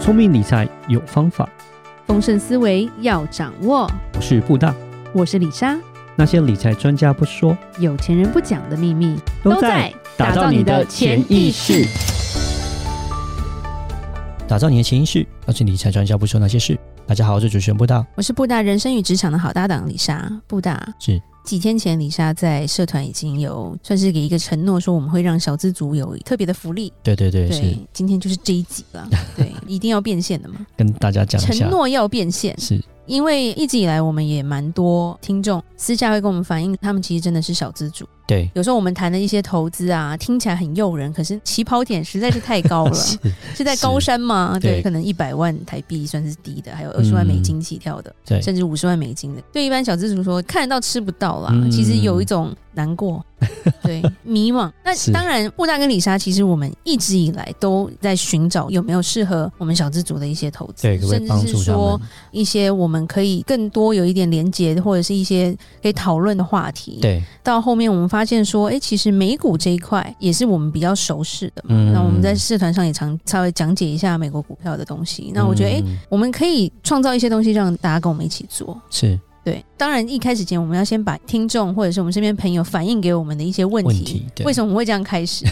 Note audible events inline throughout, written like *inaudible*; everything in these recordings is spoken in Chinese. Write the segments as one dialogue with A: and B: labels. A: 聪明理财有方法，
B: 丰盛思维要掌握。
A: 我是布大。
B: 我是李莎，
A: 那些理财专家不说，
B: 有钱人不讲的秘密
A: 打造你的潜意识。。打造你的潜意识，告诉你理财专家不说那些事。大家好，我是主持人布大。
B: 我是布大人生与职场的好搭档李莎。布大
A: 是
B: 几天前，李莎在社团已经有算是给一个承诺，说我们会让小资族有特别的福利。
A: 对对对，是
B: 对，今天就是这一集
A: *laughs*
B: 了。对，一定要变现的嘛，
A: 跟大家讲一
B: 承
A: 下，
B: 诺要变现。
A: 是
B: 因为一直以来，我们也蛮多听众私下会跟我们反映，他们其实真的是小资主。
A: 对，
B: 有时候我们谈的一些投资啊，听起来很诱人，可是起跑点实在是太高
A: *laughs*
B: 了。
A: 是
B: 是在高山吗？
A: 对嗯
B: 对，可能一百万台币算是低的，还有二十万美金起跳的，
A: 对，
B: 甚至五十万美金的。对一般小资主说，看得到吃不到啦，
A: 嗯
B: 其实有一种
A: *laughs*
B: 难过，对，迷惘。那
A: 是
B: 当然，布大跟李莎，其实我们一直以来都在寻找有没有适合我们小资主的一些投资
A: 对，，可不可
B: 甚
A: 以帮
B: 至
A: 助
B: 是
A: 他
B: 说
A: 们？
B: 一些我们可以更多有一点连接，或者是一些可以讨论的话题。
A: 对，
B: 到后面我们发现说，哎、其实美股这一块也是我们比较熟识的嘛。
A: 嗯
B: 那我们在社团上也常稍微讲解一下美国股票的东西。那我觉得，哎、
A: 嗯
B: 我们可以创造一些东西让大家跟我们一起做。
A: 是
B: 对，当然一开始前我们要先把听众或者是我们身边朋友反映给我们的一些问题。
A: 问题，对
B: 为什么我会这样
A: *laughs*
B: 开始？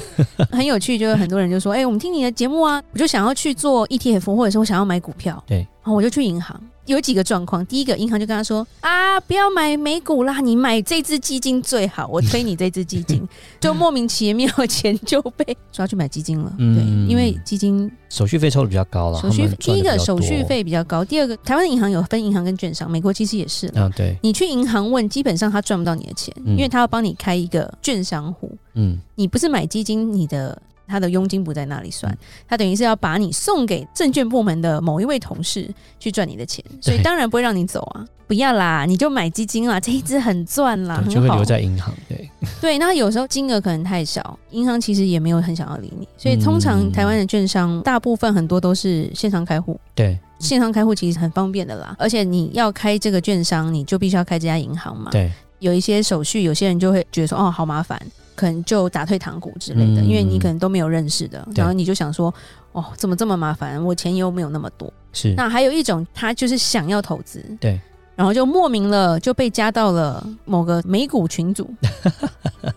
B: 很有趣，就是很多人就说：“哎、我们听你的节目啊，我就想要去做 ETF，或者是我想要买股票。”
A: 对
B: 然后我就去银行。有几个状况，第一个，银行就跟他说：“啊，不要买美股啦，你买这只基金最好，我推你这只基
A: *laughs*
B: 金。”就莫名其妙钱就被说要去买基金了。
A: 嗯
B: 对，因为基金
A: 手续费抽的比较高了，
B: 手续
A: 他
B: 费
A: 们
B: 第
A: 赚
B: 一
A: 得比较
B: 个手续
A: 多，
B: 费比较高，第二个台湾的银行有分银行跟券商，美国其实也是啦。
A: 嗯，对，
B: 你去银行问，基本上他赚不到你的钱，
A: 嗯
B: 因为他要帮你开一个券商户。
A: 嗯，
B: 你不是买基金，你的他的佣金不在那里算
A: 嗯，
B: 他等于是要把你送给证券部门的某一位同事去赚你的钱，所以当然不会让你走啊。不要啦，你就买基金啦，这一支很赚啦，
A: 对，就
B: 啊很
A: 会
B: 好
A: 留。在银行，对，
B: 对，那有时候金额可能太少，银行其实也没有很想要理你，所以通常
A: 嗯
B: 台湾的券商大部分很多都是线上开户，
A: 对，
B: 线上开户其实很方便的啦。而且你要开这个券商，你就必须要开这家银行嘛。
A: 对，
B: 有一些手续，有些人就会觉得说，哦，好麻烦，可能就打退堂鼓之类的，
A: 嗯
B: 因为你可能都没有认识的，
A: 对
B: 然后你就想说，哦，怎么这么麻烦？我钱又没有那么多。
A: 是，
B: 那还有一种，他就是想要投资，
A: 对，
B: 然后就莫名了就被加到了某个美股群组，
A: *laughs*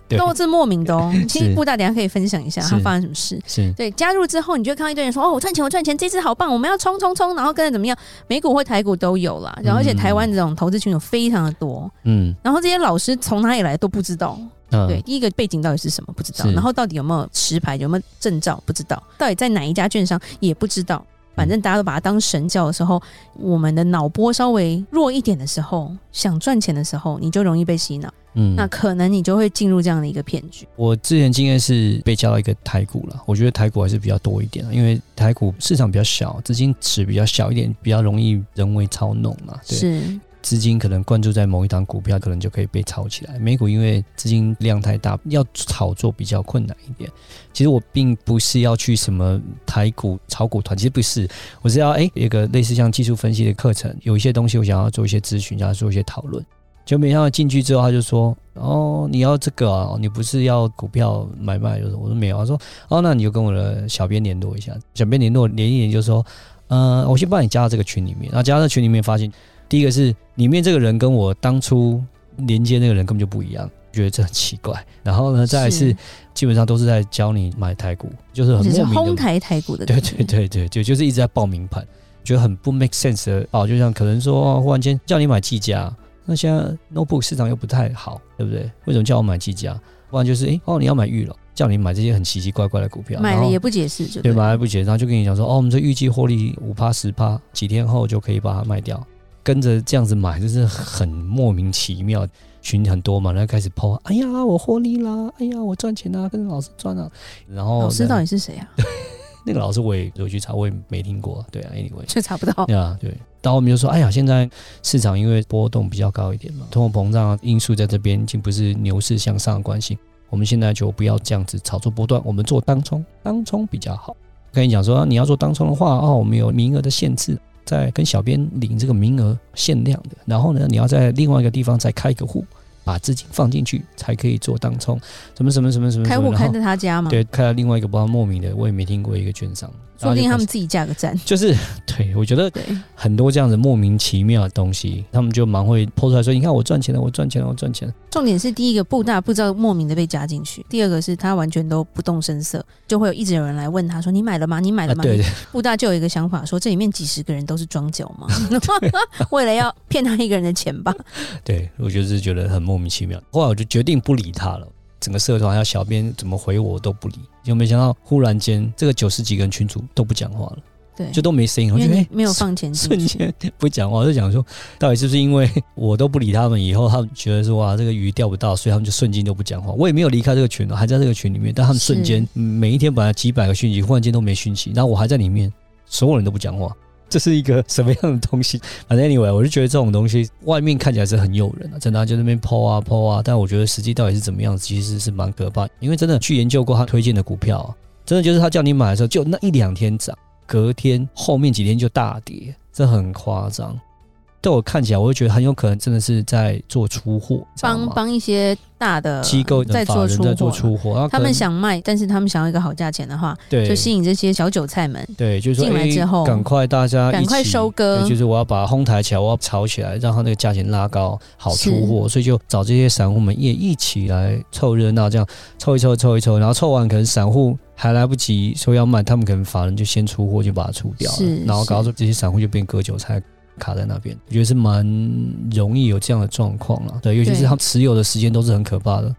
A: 对，
B: 都是莫名的
A: *laughs*
B: 哦。其实布大等一下可以分享一下
A: 是
B: 他发生什么事。
A: 是，
B: 对，加入之后，你就会看到一堆人说：“哦，我赚钱，我赚钱，这支好棒，我们要冲冲冲！”然后跟着怎么样，美股或台股都有啦。然后，而且
A: 嗯
B: 台湾这种投资群有非常的多。
A: 嗯，
B: 然后这些老师从哪里来都不知道，
A: 嗯
B: 对，，第一个背景到底是什么不知道
A: 是，
B: 然后到底有没有持牌，有没有证照不知道，到底在哪一家券商也不知
A: 嗯
B: 道。反正大家都把它当神教的时候，我们的脑波稍微弱一点的时候，想赚钱的时候，你就容易被洗脑，
A: 嗯，
B: 那可能你就会进入这样的一个骗局。
A: 我之前经验是被加到一个台股了，我觉得台股还是比较多一点，因为台股市场比较小，资金池比较小一点，比较容易人为操弄嘛。对，
B: 是，
A: 资金可能灌注在某一档股票，可能就可以被炒起来。美股因为资金量太大，要炒作比较困难一点。其实我并不是要去什么台股炒股团，其实不是，我是要哎、有一个类似像技术分析的课程，有一些东西我想要做一些咨询，想要做一些讨论。就没想到进去之后，他就说：“哦，你要这个啊？你不是要股票买卖？”就是我说没有。他说：“哦，那你就跟我的小编联络一下。”小编联络联一联就说：“呃，我先帮你加到这个群里面。”然后加到群里面，发现第一个是里面这个人跟我当初连接那个人根本就不一样，觉得这很奇怪。然后呢，再来是基本上都是在教你买台股，就是很
B: 只是
A: 莫名
B: 哄
A: 的
B: 抬台股的
A: 对
B: 感觉，
A: 对对对对，就是一直在报名盘，觉得很不 make sense 的哦。就像可能说，哦忽然间叫你买技嘉，那现在 notebook 市场又不太好，对不对？为什么叫我买技嘉？不然就是诶，哦，你要买玉龙，叫你买这些很奇奇怪怪的股票，
B: 买
A: 然
B: 了
A: 后
B: 也不解释，就
A: 对
B: 了
A: 买来不及，然后就跟你讲说，哦，我们这预计获利五趴十趴，几天后就可以把它卖掉。跟着这样子买，就是很莫名其妙。群很多嘛，然后开始抛，哎呀，我获利啦，哎呀，我赚钱啦，跟着老师赚啊。然后
B: 老师
A: 呢
B: 到底是谁啊？
A: 那个老师我也有去查，我也没听过。对啊，anyway，
B: 就查不到。
A: 对啊，对。然后我们就说，哎呀，现在市场因为波动比较高一点嘛，通货膨胀因素在这边已经不是牛市向上的关系，我们现在就不要这样子炒作波段，我们做当冲，当冲比较好。跟你讲说，啊你要做当冲的话，哦，我们有名额的限制，在跟小编领这个名额限量的，然后呢，你要在另外一个地方再开一个户，把资金放进去才可以做当冲，什么什么什么什么什么，
B: 开户
A: 然
B: 开
A: 后
B: 在他家嘛？
A: 对，开了另外一个不知道莫名的，我也没听过一个券商，
B: 说不定他们自己架个站。
A: 就是 *laughs* 对我觉得
B: 对，
A: 很多这样子莫名其妙的东西，他们就蛮会抛出来说：“你看我赚钱了，我赚钱了，我赚钱了。
B: 重点是第一个布大不知道莫名的被加进去，第二个是他完全都不动声色，就会有一直有人来问他说：“你买了吗？你买
A: 啊”
B: 了吗？”
A: 对对
B: 布大就有一个想法说：“这里面几十个人都是装脚吗？ *laughs* 为了要骗他一个人的钱吧
A: *laughs* 对，我就是觉得很莫名其妙。后来我就决定不理他了。整个社团还有小编怎么回我都不理，就没想到忽然间这个九十几个人群主都不讲话了，？”
B: 对，
A: 就都没声音。
B: 因
A: 我
B: 为
A: 觉得、
B: 你
A: 哎，
B: 没有放钱
A: 瞬
B: 进去。
A: 间不讲话，我就想说，到底是不是因为我都不理他们，以后他们觉得说哇这个鱼钓不到，所以他们就瞬间都不讲话。我也没有离开这个群哦，还在这个群里面，但他们瞬间嗯每一天本来几百个讯息，忽然间都没讯息，然后我还在里面，所有人都不讲话。这是一个 *laughs* 什么样的东西？反正 anyway，我就觉得这种东西外面看起来是很诱人啊，真的、啊、就那边抛啊抛啊，但我觉得实际到底是怎么样，其实是蛮可怕。因为真的去研究过他推荐的股票、啊，真的就是他叫你买的时候，就那一两天涨。隔天后面几天就大跌，这很夸张。对我看起来，我就觉得很有可能真的是在做出货，知道
B: 帮
A: 吗
B: 帮一些大的
A: 机构的
B: 在
A: 法
B: 做
A: 人
B: 出
A: 在做
B: 货，
A: 出货，然后可
B: 他
A: 能
B: 们想卖，但是他们想要一个好价钱的话，
A: 对
B: 就吸引这些小韭菜们。
A: 对，就是说
B: 进来
A: 哎
B: 之后
A: 赶快大家一起
B: 赶快收割
A: 对就是我要把它哄抬起来，我要炒起来，让它那个价钱拉高，好出货，所以就找这些散户们也一起来凑热闹，这样凑一凑，凑一凑，然后凑完可能散户还来不及说要卖，他们可能法人就先出货就把它出掉了
B: 是，
A: 然后搞到
B: 是
A: 这些散户就变割韭菜。卡在那边，我觉得是蛮容易有这样的状况了。对，尤其是
B: 对
A: 他们持有的时间都是很可怕的，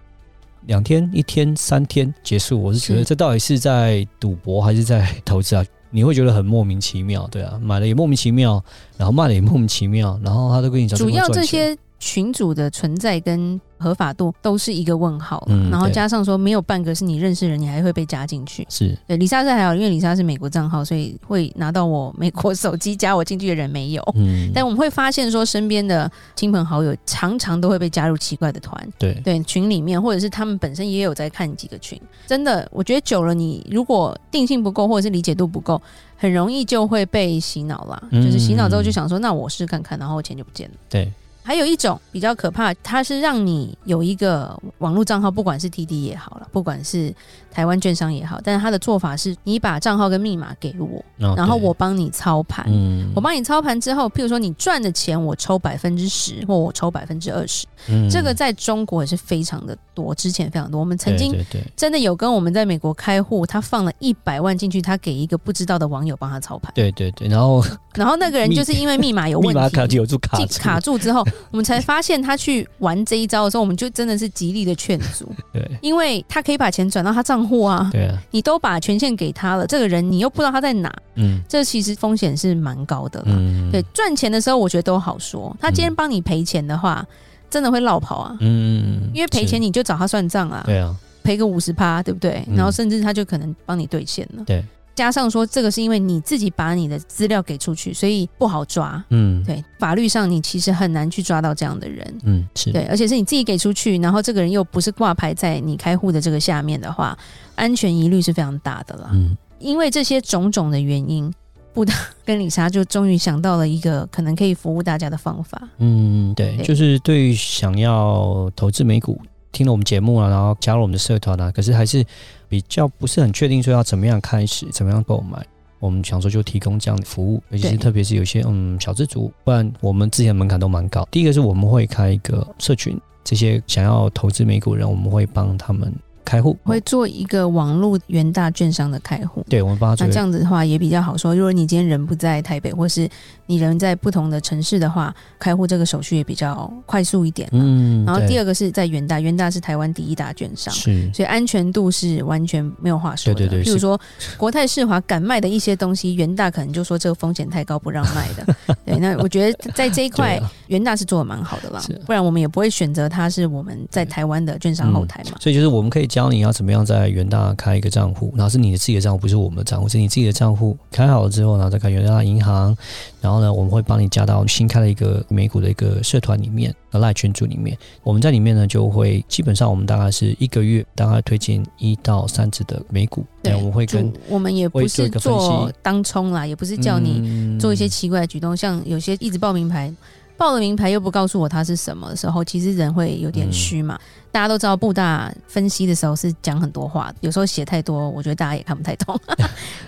A: 两天、一天、三天结束，我是觉得
B: 是
A: 这到底是在赌博还是在投资啊？你会觉得很莫名其妙，对啊，买了也莫名其妙，然后卖了也莫名其妙，然后他都跟你讲
B: 主要
A: 会赚
B: 这
A: 钱
B: 些群主的存在跟合法度都是一个问号啦、
A: 嗯
B: 然后
A: 对
B: 加上说没有半个是你认识的人，你还会被加进去。
A: 是
B: 对，李莎是还好，因为李莎是美国账号，所以会拿到我美国手机加我进去的人没有。
A: 嗯，
B: 但我们会发现说，身边的亲朋好友常常都会被加入奇怪的团，
A: 对
B: 对群里面，或者是他们本身也有在看几个群。真的，我觉得久了你，如果定性不够或者是理解度不够，很容易就会被洗脑啦。
A: 嗯
B: 就是洗脑之后就想说，那我试看看，然后钱就不见了。
A: 对
B: 还有一种比较可怕，它是让你有一个网络账号，不管是 TD 也好了，不管是台湾券商也好，但是它的做法是你把账号跟密码给我，然后
A: 对
B: 我帮你操盘。
A: 嗯
B: 我帮你操盘之后，譬如说你赚的钱，我抽百分之十，或我抽百分之二十，
A: 嗯
B: 这个在中国也是非常的多，之前非常多。我们曾
A: 对
B: 经
A: 对对
B: 真的有跟我们在美国开户，他放了一百万进去，他给一个不知道的网友帮他操盘，
A: 对对对，然后
B: 然后那个人就是因为密码有
A: 密
B: 问
A: 码卡
B: 题。
A: 留住卡
B: 进
A: 住
B: 卡住之后， *laughs* 我们才发现他去玩这一招的时候，我们就真的是极力的劝阻， *laughs*
A: 对
B: 因为他可以把钱转到他账户啊，
A: 对啊，
B: 你都把权限给他了，这个人你又不知道他在哪，
A: 嗯
B: 这其实风险是蛮高的啦。
A: 嗯
B: 对，赚钱的时候我觉得都好说，他今天帮你赔钱的话，真的会落跑啊，
A: 嗯，
B: 因为赔钱
A: 你
B: 你就找他算账啊，
A: 对啊
B: 赔个五十趴，对不对？
A: 嗯
B: 然后甚至他就可能帮你兑现了。
A: 对，
B: 加上说这个是因为你自己把你的资料给出去，所以不好抓。
A: 嗯
B: 对，法律上你其实很难去抓到这样的人。
A: 嗯是
B: 对，而且是你自己给出去，然后这个人又不是挂牌在你开户的这个下面的话，安全疑虑是非常大的啦。
A: 嗯
B: 因为这些种种的原因，布达跟李莎就终于想到了一个可能可以服务大家的方法。
A: 嗯，对，
B: 对
A: 就是对于想要投资美股，听了我们节目啊，然后加入我们的社团啊，可是还是比较不是很确定说要怎么样开始，怎么样购买。我们想说就提供这样的服务，尤其是
B: 对
A: 特别是有些嗯小资族，不然我们之前门槛都蛮高。第一个是我们会开一个社群，这些想要投资美股的人，我们会帮他们开户，
B: 会做一个网络元大券商的开户。
A: 啊对，我们帮他做
B: 那
A: 一
B: 这
A: 个
B: 样子的话也比较好说，如果你今天人不在台北，或是你人在不同的城市的话，开户这个手续也比较快速一点。
A: 嗯，
B: 然后第
A: 二
B: 二个是在元大，元大是台湾第一大券商。
A: 是
B: 所以安全度是完全没有话说的。
A: 对对对
B: 譬如
A: 是
B: 说国泰世华敢卖的一些东西，元大可能就说这个风险太高不让卖的。
A: *laughs*
B: 对，那我觉得在这一块
A: 对啊
B: 元大是做的蛮好的啦
A: 是啊，
B: 不然我们也不会选择它是我们在台湾的券商后台嘛。
A: 所以就是我们可以教你要怎么样在元大开一个账户，然后是你的自己的账户，不是我们的账户，是你自己的账户。开好了之后，然后再开元大银行，然后呢，我们会帮你加到新开的一个美股的一个社团里面，呃赖群组里面。我们在里面呢，就会基本上我们大概是一个月大概推荐一到三只的美股，
B: 对，
A: 我们会嗯跟
B: 就我们也不
A: 会做
B: 是
A: 一个分析
B: 做当冲啦，也不是叫你
A: 你
B: 做一些奇怪的举动，像有些一直报名牌。报了名牌又不告诉我它是什么的时候，其实人会有点虚嘛。
A: 嗯
B: 大家都知道布大分析的时候是讲很多话，有时候写太多，我觉得大家也看不太懂。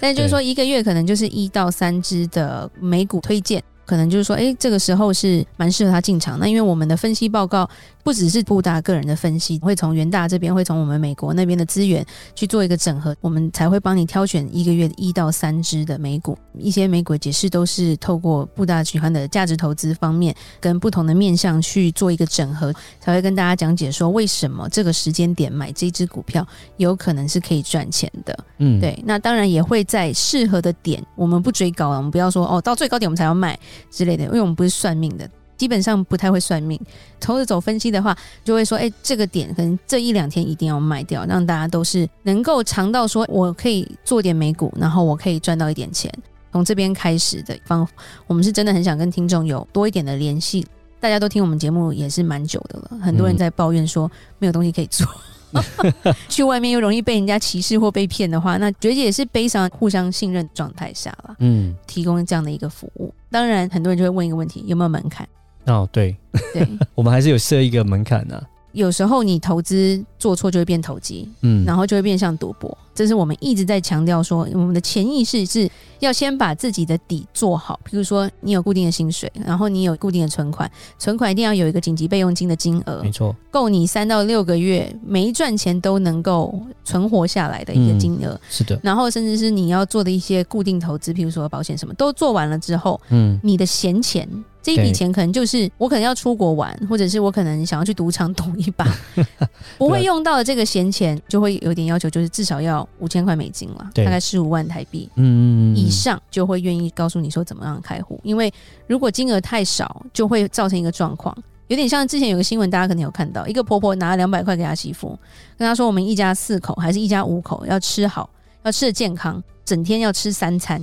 B: 但是就是说，一个月可能就是一到三只的美股推荐。可能就是说，诶，这个时候是蛮适合他进场。那因为我们的分析报告不只是布大个人的分析，会从元大这边，会从我们美国那边的资源去做一个整合，我们才会帮你挑选一个月一到三只的美股。一些美股的解释都是透过布大喜欢的价值投资方面，跟不同的面向去做一个整合，才会跟大家讲解说为什么这个时间点买这只股票有可能是可以赚钱的。
A: 嗯，
B: 对，那当然也会在适合的点，我们不追高了，我们不要说哦，到最高点我们才要卖之类的，因为我们不是算命的，基本上不太会算命。投着走分析的话，就会说，哎、这个点可能这一两天一定要卖掉，让大家都是能够尝到说，我可以做点美股，然后我可以赚到一点钱。从这边开始的方，我们是真的很想跟听众有多一点的联系。大家都听我们节目也是蛮久的了，很多
A: 嗯
B: 人在抱怨说没有东西可以做。去外面又容易被人家歧视或被骗的话，那觉得也是悲伤、互相信任状态下啦，
A: 嗯，
B: 提供这样的一个服务。当然，很多人就会问一个问题：有没有门槛？
A: 哦，对， *laughs*
B: 对，
A: 我们还是有设一个门槛啊的、
B: 有时候你投资做错就会变投机，
A: 嗯，
B: 然后就会变像赌博。这是我们一直在强调说，嗯我们的潜意识是要先把自己的底做好。比如说，你有固定的薪水，然后你有固定的存款，存款一定要有一个紧急备用金的金额
A: 没，错，
B: 够你三到六个月没赚钱都能够存活下来的一个
A: 嗯
B: 金额。
A: 是的，
B: 然后甚至是你要做的一些固定投资，譬如说保险什么，都做完了之后，
A: 嗯，
B: 你的闲钱这一笔
A: 对
B: 钱可能就是我可能要出国玩，或者是我可能想要去赌场赌
A: *laughs*
B: 一把，不
A: 啊
B: 会用到的这个闲钱，就会有点要求，就是至少要五千块美金了，大
A: 对
B: 概十五万台币。
A: 嗯，
B: 以上就会愿意告诉你说怎么样开户，因为如果金额太少，就会造成一个状况，有点像之前有个新闻，大家可能有看到，一个婆婆拿了两百块给她媳妇，跟她说我们一家四口还是一家五口要吃好，要吃的健康，整天要吃三餐，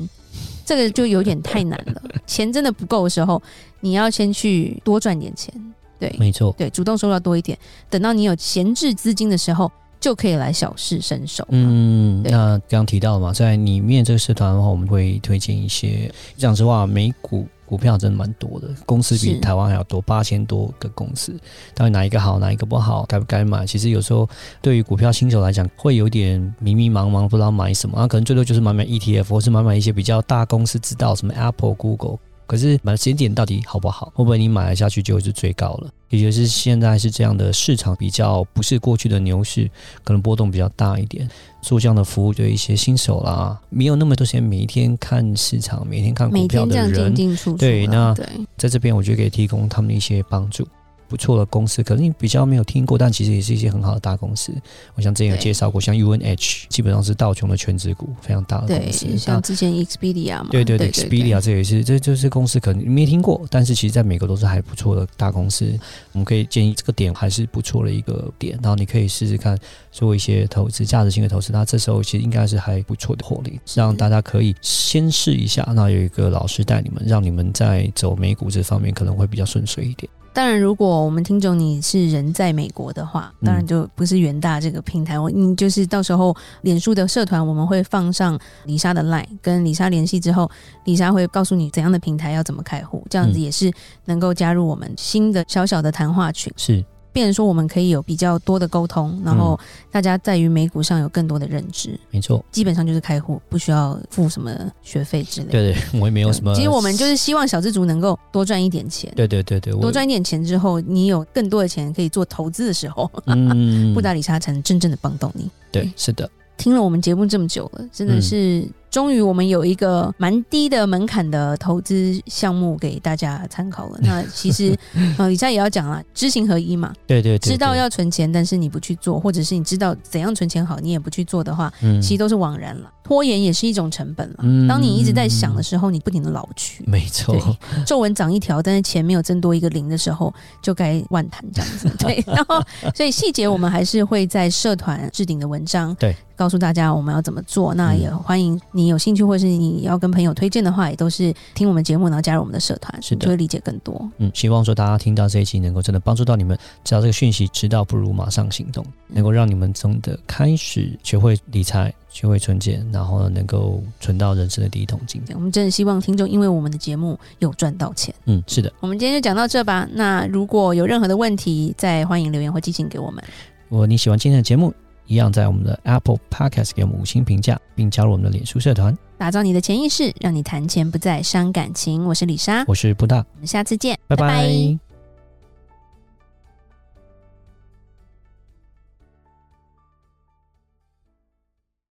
B: 这个就有点太难
A: *laughs*
B: 了。钱真的不够的时候，你要先去多赚点钱，对
A: 没错，
B: 对，主动收入要多一点，等到你有闲置资金的时候，就可以来小试身手。嗯，
A: 嗯，
B: 对
A: 那刚刚提到嘛，在里面这个社团的话，我们会推荐一些。讲实话，美股股票真的蛮多的，公司比
B: 是
A: 台湾还要多，八千多个公司。到底哪一个好，哪一个不好，该不该买？其实有时候对于股票新手来讲，会有点迷迷茫茫，不知道买什么。啊那、可能最多就是买买 ETF，或是买买一些比较大公司知道什么 Apple、Google。可是买的时间点到底好不好？会不会你买了下去就是追高了？也就是现在是这样的市场比较不是过去的牛市，可能波动比较大一点。做这样的服务对一些新手啦，没有那么多时间每一天看市场、每天看股
B: 每
A: 票
B: 天这
A: 的
B: 样进
A: 人，
B: 进出出啦，
A: 对那
B: 对。
A: 在这边我觉得可以提供他们一些帮助。不错的公司，可能你比较没有听过，但其实也是一些很好的大公司。我像之前有
B: 对
A: 介绍过，像 UNH 基本上是道琼的全职股，非常大的
B: 对
A: 公司。，
B: 像之前 Expedia 嘛，
A: 对对对
B: 对
A: ，Expedia 这也是，这就是公司可能你没听过，但是其实在美国都是还不错的大公司。我们可以建议这个点还是不错的一个点，然后你可以试试看做一些投资，价值性的投资。那这时候其实应该是还不错的获利，让大家可以先试一下。那有一个老师带你们，让你们在走美股这方面可能会比较顺遂一点。
B: 当然，如果我们听众你是人在美国的话，
A: 嗯
B: 当然就不是元大这个平台，我你就是到时候脸书的社团我们会放上李莎的 line，跟李莎联系之后，李莎会告诉你怎样的平台要怎么开户，这样子
A: 嗯
B: 也是能够加入我们新的小小的谈话群。
A: 是，
B: 变成说我们可以有比较多的沟通，然后
A: 嗯
B: 大家在于美股上有更多的认知，
A: 没错，
B: 基本上就是开户，不需要付什么学费之类的。
A: 对对，我也没有啊什么。
B: 其实我们就是希望小资族能够多赚一点钱，
A: 对对对对，我
B: 多赚一点钱之后，你有更多的钱可以做投资的时候，
A: 嗯
B: *laughs* 布达里莎才能真正的帮到你。
A: 对，是的，
B: 听了我们节目这么久了，真的
A: 嗯
B: 是、终于我们有一个蛮低的门槛的投资项目给大家参考了。那其
A: *laughs*
B: 实，呃，李莎也要讲啦，知行合一嘛，
A: 对对对，
B: 知道
A: 对
B: 要存钱，但是你不去做，或者是你知道怎样存钱好，你也不去做的话，
A: 嗯
B: 其实都是枉然了。拖延也是一种成本了。
A: 嗯
B: 当你一直在想的时候，你不停的老去。
A: 没错，
B: 对，皱纹长一条，但是钱没有增多一个零的时候，就该
A: *laughs*
B: 万谈这样子。对，然后所以细节我们还是会在社团置顶的文章，
A: 对，嗯
B: 告诉大家我们要怎么做。那也欢迎你有兴趣，或是你要跟朋友推荐的话，也都是听我们节目，然后加入我们的社团，
A: 是的
B: 就会理解更多。
A: 嗯，希望说大家听到这一集能够真的帮助到你们，只要这个讯息知道，不如马上行动，能够让你们真的开始学会理财，学会存钱，然后呢能够存到人生的第一桶金。
B: 对我们真的希望听众因为我们的节目有赚到钱。
A: 嗯，是的。
B: 我们今天就讲到这吧。那如果有任何的问题，再欢迎留言或寄信给我们。
A: 如果你喜欢今天的节目，一样在我们的 Apple Podcast 给我们五星评价，并加入我们的脸书社团。
B: 打造你的潜意识，让你谈钱不再伤感情。我是李莎，
A: 我是布大，
B: 我们下次见，
A: 拜拜